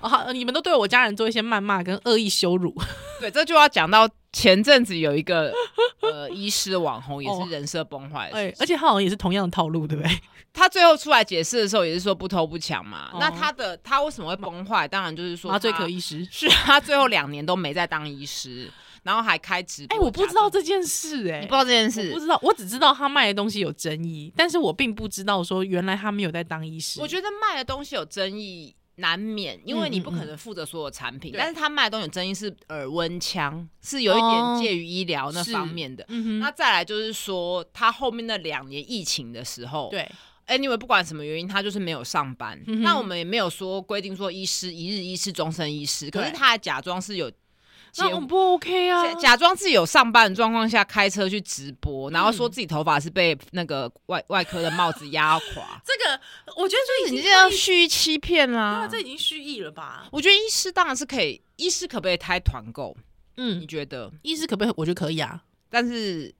Speaker 1: 哦好你们都对我家人做一些谩骂跟恶意羞辱，
Speaker 2: 对，这就要讲到前阵子有一个呃医师网红也
Speaker 1: 哦
Speaker 2: 是人设崩坏的事
Speaker 1: 哎
Speaker 2: 情，，
Speaker 1: 而且他好像也是同样的套路，对不对？
Speaker 2: 他最后出来解释的时候也是说不偷不抢嘛。
Speaker 1: 哦
Speaker 2: 那他的他为什么会崩坏？当然就是说
Speaker 1: 麻醉可
Speaker 2: 以
Speaker 1: 医师，
Speaker 2: 是啊他最后两年都没再当医师，然后还开直播。
Speaker 1: 哎，我不知道，这件事，哎，
Speaker 2: 你不知道这件
Speaker 1: 我不
Speaker 2: 事。
Speaker 1: 知道，我只知道他卖的东西有争议，但是我并不知道说原来他没有在当医师。
Speaker 2: 我觉得卖的东西有争议。难免，因为你
Speaker 1: 嗯
Speaker 2: 不可能负责所有产品，
Speaker 1: 嗯嗯嗯
Speaker 2: 但是他卖的东西有争议是耳温枪，是有一点
Speaker 1: 哦
Speaker 2: 介于医疗那
Speaker 1: 是
Speaker 2: 方面的。
Speaker 1: 嗯
Speaker 2: 那再来就是说，他后面那两年疫情的时候，
Speaker 1: 对，
Speaker 2: anyway，不管什么原因，他就是没有上班。
Speaker 1: 嗯哼
Speaker 2: 那我们也没有说规定说医师一日医师终身医师，可是
Speaker 1: 对
Speaker 2: 他还假装是有结
Speaker 1: 那很不 OK 啊，
Speaker 2: 假，假装自己有上班的状况下开车去直播，然后说自己头发是被那个外外科的帽子压垮
Speaker 1: 这个我觉得这
Speaker 2: 你
Speaker 1: 已
Speaker 2: 这
Speaker 1: 经
Speaker 2: 样
Speaker 1: 蓄意
Speaker 2: 蓄意欺骗啦、
Speaker 1: 啊，这已经蓄意了吧？
Speaker 2: 我觉得医师当然是可以，医师可不可以开团购？你
Speaker 1: 嗯，
Speaker 2: 觉得？
Speaker 1: 医师可不可以？我觉得可以啊，
Speaker 2: 但是，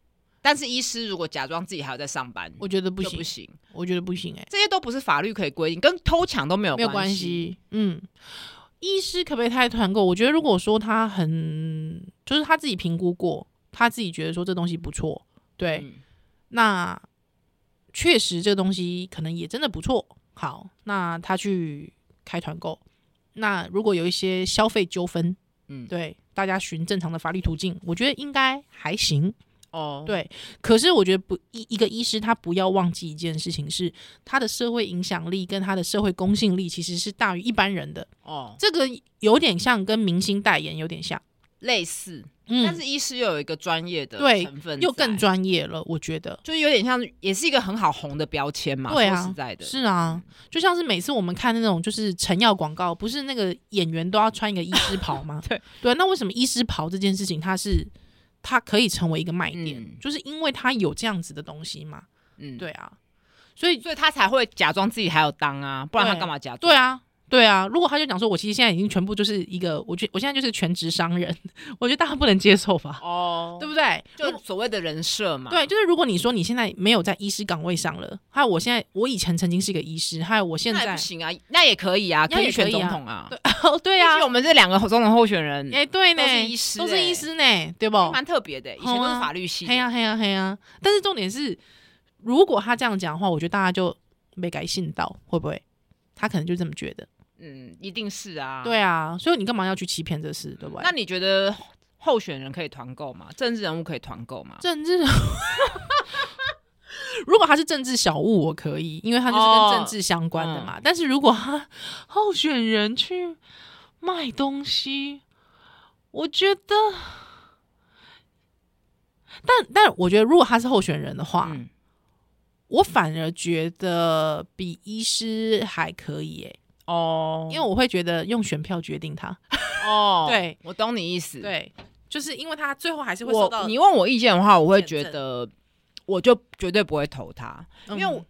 Speaker 2: 但是医师如果假装自己还有在上班，
Speaker 1: 我觉得不
Speaker 2: 就
Speaker 1: 行
Speaker 2: 不，行，
Speaker 1: 我觉得不行，哎，
Speaker 2: 这些都不是法律可以规定，跟偷抢都没有
Speaker 1: 没有关。系，嗯。医师可不可以开团购？我觉得如果说他很，就是他自己评估过，他自己觉得说这东西不错，对，
Speaker 2: 嗯
Speaker 1: 那确实这个东西可能也真的不错。好，那他去开团购。那如果有一些消费纠纷，
Speaker 2: 嗯，
Speaker 1: 对大家循正常的法律途径，我觉得应该还行。
Speaker 2: 哦，
Speaker 1: 对可是我觉得不一一个医师他不要忘记一件事情是，他的社会影响力跟他的社会公信力其实是大于一般人的。
Speaker 2: 哦，
Speaker 1: 这个有点像跟明星代言有点像，
Speaker 2: 类似，
Speaker 1: 嗯，
Speaker 2: 但是医师又有一个专业的
Speaker 1: 对
Speaker 2: 成分在，
Speaker 1: 又更专业了，我觉得。
Speaker 2: 就是有点像，也是一个很好红的标签嘛。
Speaker 1: 对啊
Speaker 2: 说实在的，嗯
Speaker 1: 是啊，就像是每次我们看那种就是成药广告，不是那个演员都要穿一个医师袍吗
Speaker 2: <laughs> ？对
Speaker 1: 对，啊那为什么医师袍这件事情它是它可以成为一个卖点，
Speaker 2: 嗯
Speaker 1: 就是因为它有这样子的东西嘛？
Speaker 2: 嗯，
Speaker 1: 对啊，所以
Speaker 2: 所以他才会假装自己还有当啊，不然他
Speaker 1: 对
Speaker 2: 干嘛假装？
Speaker 1: 对啊，对啊，如果他就讲说，我其实现在已经全部就是一个，我觉我现在就是全职商人， <laughs> 我觉得大家不能接受吧，
Speaker 2: 哦
Speaker 1: 对不对？
Speaker 2: 就所谓的人设嘛。
Speaker 1: 对，就是如果你说你现在没有在医师岗位上了，还有我现在我以前曾经是一个医师，还有我现
Speaker 2: 那也
Speaker 1: 在
Speaker 2: 不行啊，那也可以啊，
Speaker 1: 那
Speaker 2: 可
Speaker 1: 也
Speaker 2: 以
Speaker 1: 可
Speaker 2: 选
Speaker 1: 以啊
Speaker 2: 总统啊。
Speaker 1: 哦，对啊
Speaker 2: 毕竟，我们这两个总统候选人
Speaker 1: 哎、对呢，
Speaker 2: 都是医师
Speaker 1: 都是
Speaker 2: 欸
Speaker 1: 医师呢，对不？
Speaker 2: 蛮特别的，欸以前
Speaker 1: 好
Speaker 2: 都
Speaker 1: 啊
Speaker 2: 是法律系的。
Speaker 1: 嘿呀嘿呀嘿呀！但是重点是，如果他这样讲的话，我觉得大家就没改信到，会不会？他可能就这么觉得。
Speaker 2: 嗯，一定是啊。，
Speaker 1: 对啊，所以你干嘛要去欺骗这事，对不对？
Speaker 2: 那你觉得候选人可以团购吗？政治人物可以团购吗？
Speaker 1: 政治人物，如果他是政治小物，我可以，因为他就是
Speaker 2: 哦
Speaker 1: 跟政治相关的
Speaker 2: 嗯
Speaker 1: 嘛。但是如果他候选人去卖东西，我觉得，但但我觉得，如果他是候选人的啊话，
Speaker 2: 嗯，
Speaker 1: 我反而觉得比医师还可以耶，
Speaker 2: 哦，
Speaker 1: 因为我会觉得用选票决定他。
Speaker 2: 哦，
Speaker 1: 对，
Speaker 2: 我懂你意思。，
Speaker 1: 对，就是因为他最后还是会受
Speaker 2: 我
Speaker 1: 到
Speaker 2: 你问我意见的话，我会
Speaker 1: 见
Speaker 2: 觉
Speaker 1: 证嗯
Speaker 2: 得我就绝对不会投他，因为我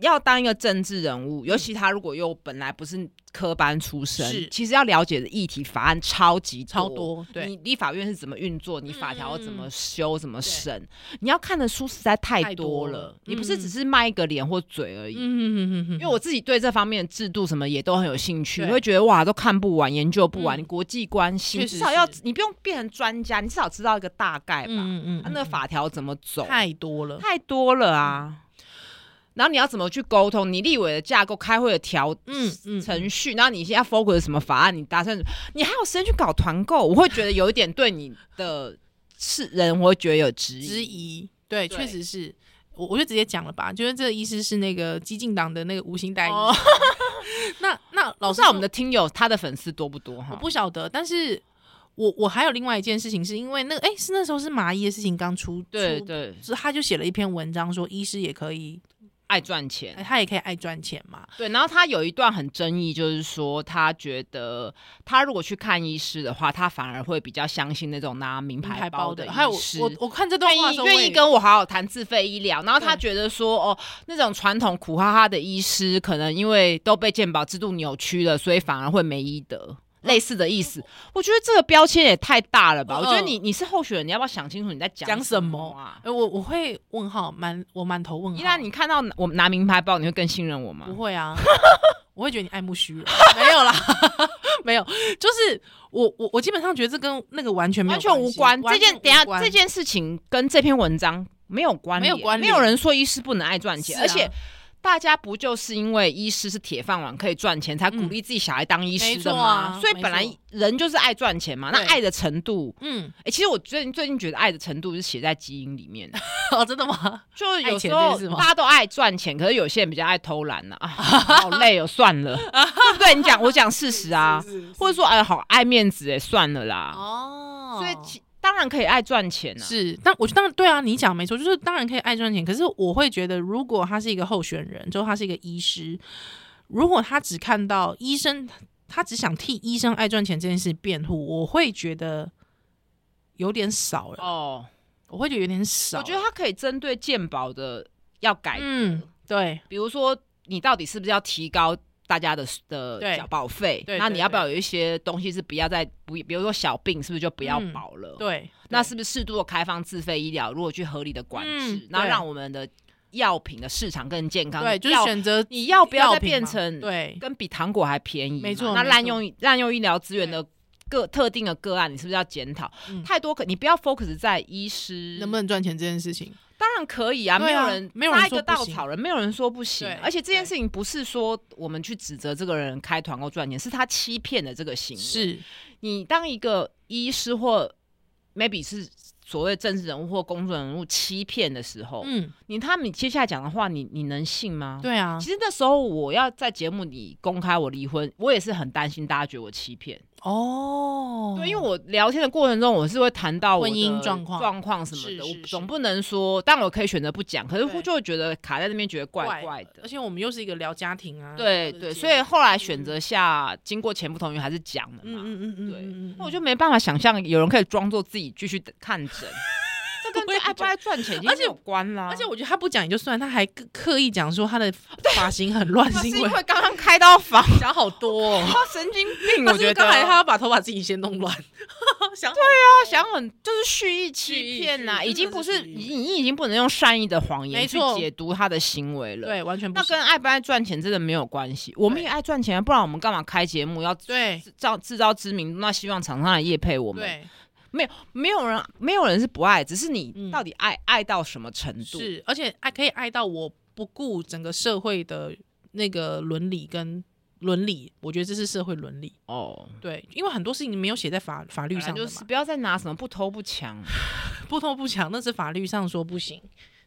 Speaker 2: 要当一个政治人物，尤其他如果又本来不是科班出
Speaker 1: 是
Speaker 2: 身，其实要了解的议题法案超级
Speaker 1: 超。多对嗯
Speaker 2: 你立法院是怎么运作，你法条怎么修、怎么
Speaker 1: 对
Speaker 2: 审，你要看的书实在太
Speaker 1: 太
Speaker 2: 多
Speaker 1: 多
Speaker 2: 了
Speaker 1: 了。
Speaker 2: 你不是
Speaker 1: 嗯
Speaker 2: 只是卖一个脸或嘴而已，
Speaker 1: 嗯嗯嗯嗯，
Speaker 2: 因为我自己对这方面的制度什么也都很有兴趣，
Speaker 1: 对
Speaker 2: 会觉得哇都看不完、研究不完，
Speaker 1: 嗯
Speaker 2: 你国际关系
Speaker 1: 确实
Speaker 2: 至少要
Speaker 1: 是
Speaker 2: 你不用变成专家，你至少知道一个大概吧，
Speaker 1: 嗯嗯嗯，
Speaker 2: 啊、那个法条怎么走，
Speaker 1: 太多了，
Speaker 2: 太多了啊。然后你要怎么去沟通？你立委的架构、开会的条
Speaker 1: 嗯嗯，
Speaker 2: 程序，然后你现在 focus 什么法案？你打算你还有时间去搞团购？我会觉得有一点对你的是人，我会觉得有质疑。
Speaker 1: 质疑，对，
Speaker 2: 对
Speaker 1: 确实是。我我就直接讲了吧，就是这个医师是那个激进党的那个无心代理。
Speaker 2: 哦，
Speaker 1: 那那老
Speaker 2: 不
Speaker 1: 师
Speaker 2: 知道我们的听友他的粉丝多不多
Speaker 1: 我
Speaker 2: 哈？
Speaker 1: 不晓得，但是我我还有另外一件事情，是因为那个哎、是那时候是麻衣的事情刚出，
Speaker 2: 对
Speaker 1: 出
Speaker 2: 对，
Speaker 1: 是他就写了一篇文章说，医师也可以，
Speaker 2: 爱赚钱。
Speaker 1: 哎他也可以爱赚钱嘛。
Speaker 2: 对，然后他有一段很争议，就是说他觉得他如果去看医师的话，他反而会比较相信那种拿名
Speaker 1: 名牌
Speaker 2: 牌
Speaker 1: 包
Speaker 2: 包的
Speaker 1: 的，
Speaker 2: 医
Speaker 1: 还有我
Speaker 2: 师。
Speaker 1: 我我看这段话
Speaker 2: 愿
Speaker 1: 的
Speaker 2: 意
Speaker 1: 时候，
Speaker 2: 愿意跟我好好谈自费医疗，然后他
Speaker 1: 对
Speaker 2: 觉得说哦，那种传统苦哈哈的医师，可能因为都被健保制度扭曲了，所以反而会没医德，
Speaker 1: 嗯
Speaker 2: 类似的意思。我觉得这个标签也太大了吧？我觉得
Speaker 1: 嗯
Speaker 2: 你你是候选人，你要不要想清楚你在
Speaker 1: 讲什
Speaker 2: 什
Speaker 1: 么
Speaker 2: 啊？
Speaker 1: 哎我我会问号满我满头问号，
Speaker 2: 依然你看到我拿名牌包，你会更信任我吗
Speaker 1: 不？会啊， <laughs> 我会觉得你爱慕虚荣，没有啦， <laughs> 没有，就是我我我基本上觉得这跟那个完全没有
Speaker 2: 完全无关。这
Speaker 1: 系
Speaker 2: 件等一
Speaker 1: 完
Speaker 2: 下这
Speaker 1: 全无关
Speaker 2: 件事情跟这篇文章没有关联，
Speaker 1: 没有关
Speaker 2: 没
Speaker 1: 联
Speaker 2: 有人说医师不能爱赚钱，
Speaker 1: 是啊
Speaker 2: 而且。大家不就是因为医师是铁饭碗可以赚钱，才鼓励自己小孩当医师的吗？
Speaker 1: 没错啊
Speaker 2: 所以本来
Speaker 1: 没错
Speaker 2: 人就是爱赚钱嘛。那
Speaker 1: 对
Speaker 2: 爱的程度，
Speaker 1: 嗯， <laughs>
Speaker 2: 哎、其实我最近最近觉得爱的程度是写在基因里面，
Speaker 1: 哦，真的吗？
Speaker 2: 就是有时
Speaker 1: 爱钱
Speaker 2: 候
Speaker 1: 这件事吗
Speaker 2: 大家都爱赚钱，可是有些人比较爱偷懒呐、
Speaker 1: <laughs>
Speaker 2: 啊，好累哦，算了，对不对？你讲我讲事实啊，或者说哎，好爱面子哎，算了啦。
Speaker 1: 哦，
Speaker 2: 所以其当然可以爱赚钱啊，
Speaker 1: 是，但我觉得当然对啊，你讲没错，就是当然可以爱赚钱，可是我会觉得，如果他是一个候选人，就他是一个医师，如果他只看到医生，他只想替医生爱赚钱这件事辩护，我会觉得有点少了，
Speaker 2: 哦，
Speaker 1: 我会觉得有点少
Speaker 2: 我
Speaker 1: 了。
Speaker 2: 觉得它可以针对健保的要改，
Speaker 1: 嗯，对，
Speaker 2: 比如说你到底是不是要提高大家的的
Speaker 1: 对
Speaker 2: 缴保费
Speaker 1: 对，
Speaker 2: 那
Speaker 1: 对
Speaker 2: 你要不要有一些东西是不要再不，比如说小病是不是就不要
Speaker 1: 嗯
Speaker 2: 保了？，
Speaker 1: 对，
Speaker 2: 那
Speaker 1: 对
Speaker 2: 是不是适度的开放自费医疗，如果去合理的管
Speaker 1: 嗯
Speaker 2: 制，那
Speaker 1: 对
Speaker 2: 让我们的药品的市场更健康？
Speaker 1: 对，就是
Speaker 2: 要
Speaker 1: 选择
Speaker 2: 你要不要再
Speaker 1: 药品
Speaker 2: 变
Speaker 1: 嘛
Speaker 2: 成
Speaker 1: 对
Speaker 2: 跟比糖果还便宜嘛，
Speaker 1: 没错
Speaker 2: 那
Speaker 1: 没
Speaker 2: 滥
Speaker 1: 错
Speaker 2: 用滥用医疗资源的个特定的个案，你是不是要检讨？
Speaker 1: 嗯
Speaker 2: 太多可你不要 focus 在医师
Speaker 1: 能不能赚钱这件事情，
Speaker 2: 当然可以啊，
Speaker 1: 对
Speaker 2: 没
Speaker 1: 啊
Speaker 2: 有人
Speaker 1: 没有人
Speaker 2: 拉一
Speaker 1: 说
Speaker 2: 个
Speaker 1: 不
Speaker 2: 稻
Speaker 1: 行
Speaker 2: 草人，没有人说不行啊
Speaker 1: 对。
Speaker 2: 而且这件
Speaker 1: 对
Speaker 2: 事情不是说我们去指责这个人开团购赚钱，是他欺骗的这个行为。
Speaker 1: 是
Speaker 2: 你当一个医师或 maybe 是所谓政治人物或公众人物欺骗的时候，
Speaker 1: 嗯，
Speaker 2: 你他们接下来讲的话，你你能信吗？。
Speaker 1: 对啊，
Speaker 2: 其实那时候我要在节目里公开我离婚，我也是很担心大家觉得我欺骗。
Speaker 1: 哦，
Speaker 2: 对，因为我聊天的过程中，我是会谈到我的
Speaker 1: 婚姻状况
Speaker 2: 状况什么的，
Speaker 1: 是是
Speaker 2: 我
Speaker 1: 是
Speaker 2: 总不能说，但我可以选择不讲，可
Speaker 1: 对
Speaker 2: 是就会觉得卡在那边，觉得怪怪
Speaker 1: 而
Speaker 2: 的。嗯
Speaker 1: 且我们又是一个聊家庭啊，
Speaker 2: 对
Speaker 1: 或者
Speaker 2: 对，
Speaker 1: 结
Speaker 2: 所以
Speaker 1: 婚
Speaker 2: 后来选择下，经过前不同意还是讲了
Speaker 1: 嗯
Speaker 2: 嘛。
Speaker 1: 嗯嗯嗯，
Speaker 2: 对
Speaker 1: 嗯嗯嗯
Speaker 2: <laughs> 那我就没办法想象有人可以装作自己继续看诊，这跟
Speaker 1: 对
Speaker 2: 为爱不爱赚钱已经
Speaker 1: 而且
Speaker 2: 有关啦。
Speaker 1: 而且我觉得他不讲也就算，他还刻刻意讲说他的发型很乱，
Speaker 2: 是
Speaker 1: 是因
Speaker 2: 因
Speaker 1: 为
Speaker 2: 为刚刚开刀房，
Speaker 1: 想好 <laughs> 多、哦。
Speaker 2: <laughs> 他神经病，
Speaker 1: 他是
Speaker 2: 我
Speaker 1: 不
Speaker 2: 觉
Speaker 1: 是
Speaker 2: 得
Speaker 1: 刚才他要把头发自己先弄乱， <laughs> 想对啊，
Speaker 2: 他想很就是蓄意欺骗呐、
Speaker 1: 蓄意
Speaker 2: 已经不是
Speaker 1: 真的是蓄意
Speaker 2: 你你已经不能用善意的谎
Speaker 1: 没
Speaker 2: 言去
Speaker 1: 错
Speaker 2: 解读他的行为了。。
Speaker 1: 对，完全不
Speaker 2: 那
Speaker 1: 是。
Speaker 2: 跟爱不爱赚钱真的没有关系，我们也爱赚钱啊，不然我们干嘛开节目要制
Speaker 1: 对
Speaker 2: 造制造知名度？那希望厂商来业配我们，
Speaker 1: 对
Speaker 2: 没有人没有人是不爱，只是
Speaker 1: 嗯
Speaker 2: 你到底爱、爱到什么程度？
Speaker 1: 是，而且爱可以爱到我不顾整个社会的那个伦理跟伦理，我觉得这是社会伦理。
Speaker 2: 哦，
Speaker 1: 对，因为很多事情没有写在法法律
Speaker 2: 本
Speaker 1: 上
Speaker 2: 来
Speaker 1: 的
Speaker 2: 就
Speaker 1: 嘛，
Speaker 2: 是不要再拿什么不偷不抢，
Speaker 1: 不偷不抢，那是法律上说不行，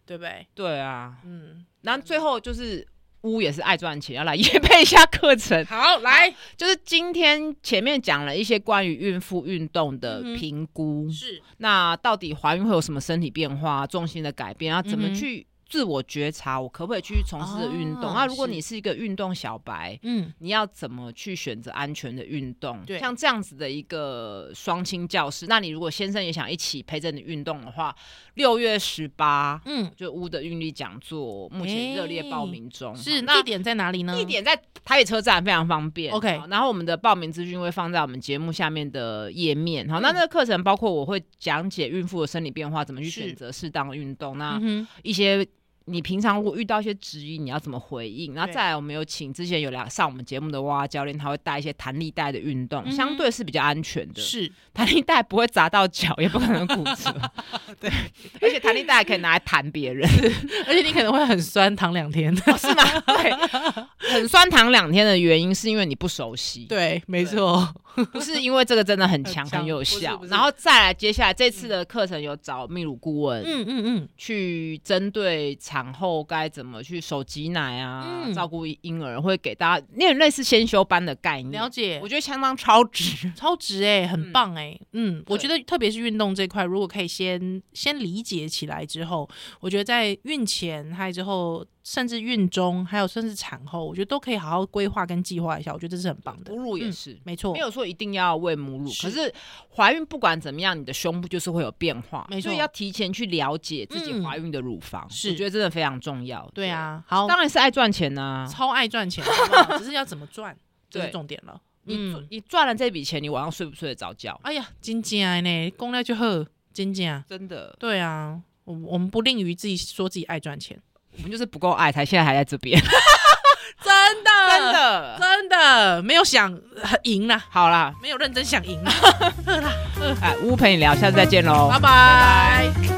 Speaker 1: 对不对？
Speaker 2: <laughs> 对啊，
Speaker 1: 嗯，
Speaker 2: 然后最后就是乌也是爱赚钱，要来 <laughs> 夜配一下课 <laughs> 程。
Speaker 1: 好，来
Speaker 2: 就是今天前面讲了一些关于孕妇运动的
Speaker 1: 嗯哼
Speaker 2: 评估，
Speaker 1: 是
Speaker 2: 那到底怀孕会有什么身体变化、重心的改变，要
Speaker 1: 嗯
Speaker 2: 怎么
Speaker 1: 哼
Speaker 2: 去自我觉察，我可不可以去从事的运动？
Speaker 1: 哦
Speaker 2: 那如果
Speaker 1: 是
Speaker 2: 你是一个运动小白，
Speaker 1: 嗯
Speaker 2: 你要怎么去选择安全的运动？
Speaker 1: 对
Speaker 2: 像这样子的一个双亲教室，那你如果先生也想一起陪着你运动的话，六月十八
Speaker 1: 嗯，
Speaker 2: 就乌的韵律讲座目前热烈报名中，
Speaker 1: 是
Speaker 2: 好那
Speaker 1: 地点在哪里呢？
Speaker 2: 地点在台北车站，非常方便。
Speaker 1: OK
Speaker 2: 好然后我们的报名资讯会放在我们节目下面的页面。好，那
Speaker 1: 嗯
Speaker 2: 那个课程包括我会讲解孕妇的生理变化，怎么去
Speaker 1: 是
Speaker 2: 选择适当的运动，那
Speaker 1: 嗯哼，
Speaker 2: 一些。你平常如果遇到一些质疑，你要怎么回应？然后
Speaker 1: 对
Speaker 2: 再来，我们有请之前有来上我们节目的蛙教练，他会带一些弹力带的运动，
Speaker 1: 嗯哼
Speaker 2: 相对是比较安全的。
Speaker 1: 是
Speaker 2: 弹力带不会砸到脚，也不可能骨
Speaker 1: <laughs>
Speaker 2: 折。 <laughs> 对，而且弹力带还可以拿来弹别人。
Speaker 1: 而且你可能会很酸，躺两 <laughs> 天。
Speaker 2: 哦是吗？ <laughs> 对，很酸糖两天的原因是因为你不熟悉，，
Speaker 1: 对，没错，
Speaker 2: 不是因为这个真的很强
Speaker 1: 很强
Speaker 2: 很有
Speaker 1: 不是
Speaker 2: 效
Speaker 1: 不。是
Speaker 2: 然后再来，接下来这次的课程有找泌乳顾问。
Speaker 1: 嗯嗯
Speaker 2: 去针对产后该怎么去手挤奶啊，
Speaker 1: 嗯
Speaker 2: 照顾婴儿，会给大家有点类似先修班的概
Speaker 1: 嗯，
Speaker 2: 念
Speaker 1: 了，解
Speaker 2: 我。觉得相当超值。
Speaker 1: 超值哎、很
Speaker 2: 嗯
Speaker 1: 棒哎、嗯，我觉
Speaker 2: 对
Speaker 1: 得特别是运动这块，如果可以先先理解起来之后，我觉得在孕前还有之后，甚至孕中，还有甚至产后，我觉得都可以好好规划跟计划一下，我觉得这是很棒的
Speaker 2: 哺，乳也
Speaker 1: 嗯
Speaker 2: 是，
Speaker 1: 没错
Speaker 2: 没，有说一定要喂母乳，
Speaker 1: 是
Speaker 2: 可是怀孕不管怎么样，你的胸部就是会有变化，
Speaker 1: 没错
Speaker 2: 所以要提前去了解自
Speaker 1: 嗯
Speaker 2: 己怀孕的乳房，
Speaker 1: 是
Speaker 2: 我觉得真的非常重要。
Speaker 1: 对，啊，好，
Speaker 2: 当然是爱赚钱呐、
Speaker 1: 超爱赚钱，好不 <laughs> 好只是要怎么赚，这是
Speaker 2: 对
Speaker 1: 重点了。
Speaker 2: 你赚
Speaker 1: 嗯，
Speaker 2: 你赚了这笔钱，你晚上睡不睡得着觉？
Speaker 1: 哎呀，真正呢，公料就好，真正，
Speaker 2: 真的，
Speaker 1: 对啊，我我们不吝于自己说自己爱赚钱，
Speaker 2: 我们就是不够爱，才现在还在这边，
Speaker 1: 真的，
Speaker 2: <laughs> 真的。
Speaker 1: 真的没有想呃赢啦，
Speaker 2: <laughs> 好啦，
Speaker 1: 没有认真想赢啦，
Speaker 2: 哎，屋陪你聊，下次再见喽，
Speaker 1: 拜拜。